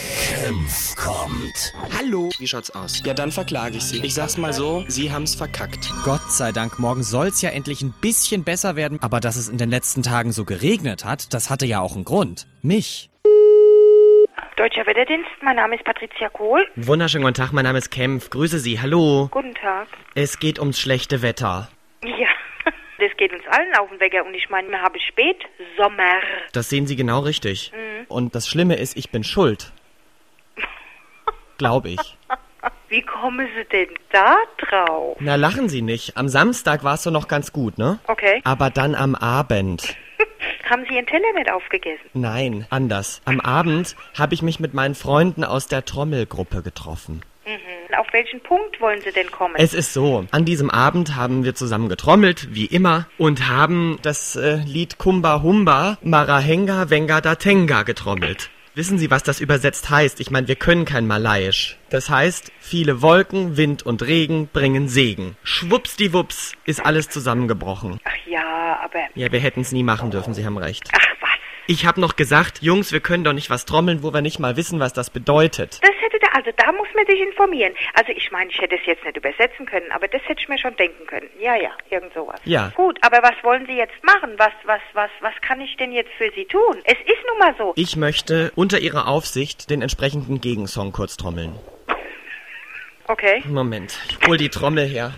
Senf kommt. Hallo. Wie schaut's aus? Ja, dann verklage ich Sie. Ich sag's mal so, Sie haben's verkackt. Gott sei Dank, morgen soll's ja endlich ein bisschen besser werden. Aber dass es in den letzten Tagen so geregnet hat, das hatte ja auch einen Grund. Mich. Deutscher Wetterdienst, mein Name ist Patricia Kohl. Wunderschönen guten Tag, mein Name ist Kempf. Grüße Sie. Hallo. Guten Tag. Es geht ums schlechte Wetter. Ja, das geht uns allen auf den Wecker und ich meine, wir haben spät Sommer. Das sehen Sie genau richtig. Und das Schlimme ist, ich bin schuld. Glaube ich. Wie kommen Sie denn da drauf? Na, lachen Sie nicht. Am Samstag warst du noch ganz gut, ne? Okay. Aber dann am Abend. Haben Sie Ihren Teller nicht aufgegessen? Nein, anders. Am Abend habe ich mich mit meinen Freunden aus der Trommelgruppe getroffen. Mhm. Auf welchen Punkt wollen Sie denn kommen? Es ist so, an diesem Abend haben wir zusammen getrommelt, wie immer, und haben das äh, Lied Kumba Humba Marahenga Venga Datenga getrommelt. Wissen Sie, was das übersetzt heißt? Ich meine, wir können kein Malaiisch. Das heißt, viele Wolken, Wind und Regen bringen Segen. Schwuppsdiwupps ist alles zusammengebrochen. Ach ja, aber... Ja, wir hätten es nie machen dürfen, Sie haben recht. Ach was, Ich habe noch gesagt, Jungs, wir können doch nicht was trommeln, wo wir nicht mal wissen, was das bedeutet. das hätte der... Also da muss man sich informieren. Also ich meine, ich hätte es jetzt nicht übersetzen können, aber das hätte ich mir schon denken können. Ja, ja, irgend sowas. Ja. Gut, aber was wollen Sie jetzt machen? Was, was, was, was kann ich denn jetzt für Sie tun? Es ist nun mal so. Ich möchte unter Ihrer Aufsicht den entsprechenden Gegensong kurz trommeln. Okay. Moment, ich hol die Trommel her.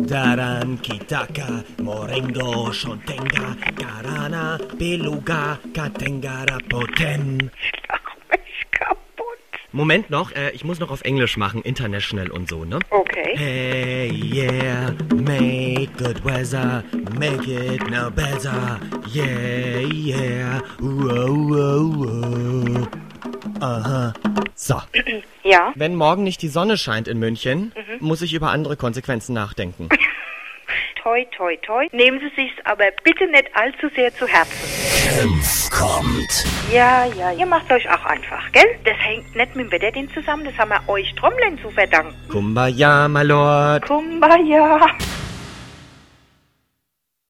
Daran Kitaka, Morengo, Shontenga, Karana, Beluga, Katengara, Potem. Ich lach mich kaputt. Moment noch, äh, ich muss noch auf Englisch machen, international und so, ne? Okay. Hey, yeah, make good weather, make it no better. Yeah, yeah, whoa, whoa, whoa. Aha. Uh-huh. So. Ja. Wenn morgen nicht die Sonne scheint in München, muss ich über andere Konsequenzen nachdenken. Toi, toi, toi. Nehmen Sie sich's aber bitte nicht allzu sehr zu Herzen. Senf kommt. Ja, ja. Ihr macht euch auch einfach, gell? Das hängt nicht mit dem Wetterdienst zusammen, das haben wir euch Trommeln zu verdanken. Kumbaya, my lord. Kumbaya.